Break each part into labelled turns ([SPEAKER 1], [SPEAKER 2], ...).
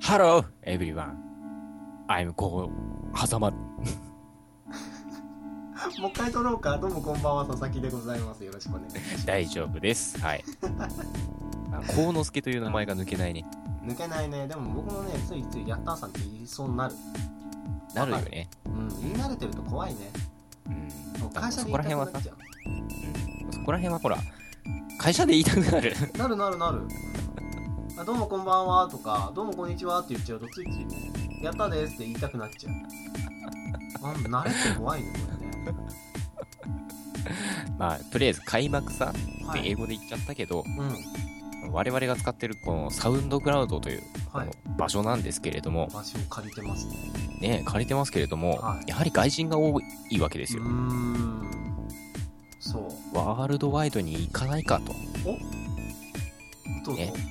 [SPEAKER 1] Hello, everyone. I'm こう、挟まる。
[SPEAKER 2] もう一回撮ろうか。どうもこんばんは、佐々木でございます。よろしくお願いします。
[SPEAKER 1] 大丈夫です。 はい。あ、幸之助という名前が抜けないね。
[SPEAKER 2] 抜けないね。でも僕もね、ついついやったーさんって言いそうになる。
[SPEAKER 1] なるよね。
[SPEAKER 2] うん、言い慣れてると怖いね。
[SPEAKER 1] うん。
[SPEAKER 2] もう会社
[SPEAKER 1] そ
[SPEAKER 2] で
[SPEAKER 1] こ
[SPEAKER 2] 言
[SPEAKER 1] ら辺は
[SPEAKER 2] いたく
[SPEAKER 1] さ
[SPEAKER 2] なっ、ちゃう。
[SPEAKER 1] うんそこら辺はほら、会社で言いたくなる。
[SPEAKER 2] なるなるなる。あどうもこんばんはとか、どうもこんにちはって言っちゃうと、ついついね、やったーですって言いたくなっちゃう。あ、慣れって怖いね、こ
[SPEAKER 1] まあ、とりあえず開幕さ、
[SPEAKER 2] れね。
[SPEAKER 1] っ
[SPEAKER 2] は
[SPEAKER 1] て英
[SPEAKER 2] い。
[SPEAKER 1] 語で言っちゃったけど、
[SPEAKER 2] うん。
[SPEAKER 1] 我々が使ってるこのサウンドクラウドというこ
[SPEAKER 2] は
[SPEAKER 1] の
[SPEAKER 2] い。
[SPEAKER 1] 場所なんですけれども、
[SPEAKER 2] 場所を借りてますね。
[SPEAKER 1] ね、借りてますけれども、
[SPEAKER 2] はい
[SPEAKER 1] やはり外人が多いわけですよ
[SPEAKER 2] うー。ん。そう。
[SPEAKER 1] ワールドワイドに行かないかと。
[SPEAKER 2] そう
[SPEAKER 1] ね
[SPEAKER 2] そ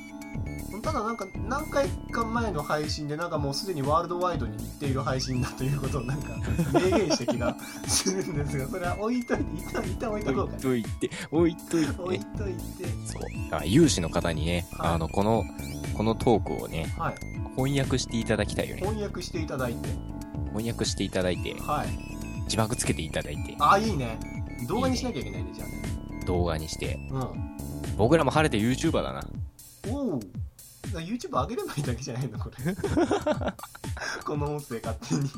[SPEAKER 2] う。ただなんか何回か前の配信でなんかもうすでにワールドワイドに行っている配信だということを なんか明言した気がするんですがそれは置いといて一旦一旦置いとこうか
[SPEAKER 1] といて、置いといて
[SPEAKER 2] 置いといて
[SPEAKER 1] そう。だから有志の方にね、
[SPEAKER 2] はい
[SPEAKER 1] あの、この、このトークをね、
[SPEAKER 2] はい
[SPEAKER 1] 翻訳していただきたいよね。
[SPEAKER 2] 翻訳していただいて
[SPEAKER 1] 翻訳していただいて、
[SPEAKER 2] はい
[SPEAKER 1] 字幕つけていただいて、
[SPEAKER 2] あいいね動画にしなきゃいけないねじゃ
[SPEAKER 1] 動画にして。
[SPEAKER 2] あね
[SPEAKER 1] 僕らも晴れて YouTuber だな。
[SPEAKER 2] うんおお YouTube 上げればいいだけじゃないのこ れこの音声勝手に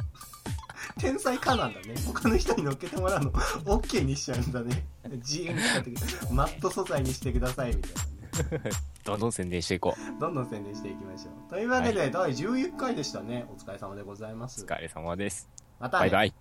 [SPEAKER 2] 天才かなんだね他の人に乗っけてもらうの OK にしちゃうんだね自由に使ってくれマット素材にしてくださいみたいな
[SPEAKER 1] どんどん宣伝していこう。
[SPEAKER 2] どんどん宣伝していきましょう。というわけで、第11回でしたね。お疲れ様でございま
[SPEAKER 1] お
[SPEAKER 2] す。
[SPEAKER 1] 疲れ様です。
[SPEAKER 2] また、ね、
[SPEAKER 1] バイバイ。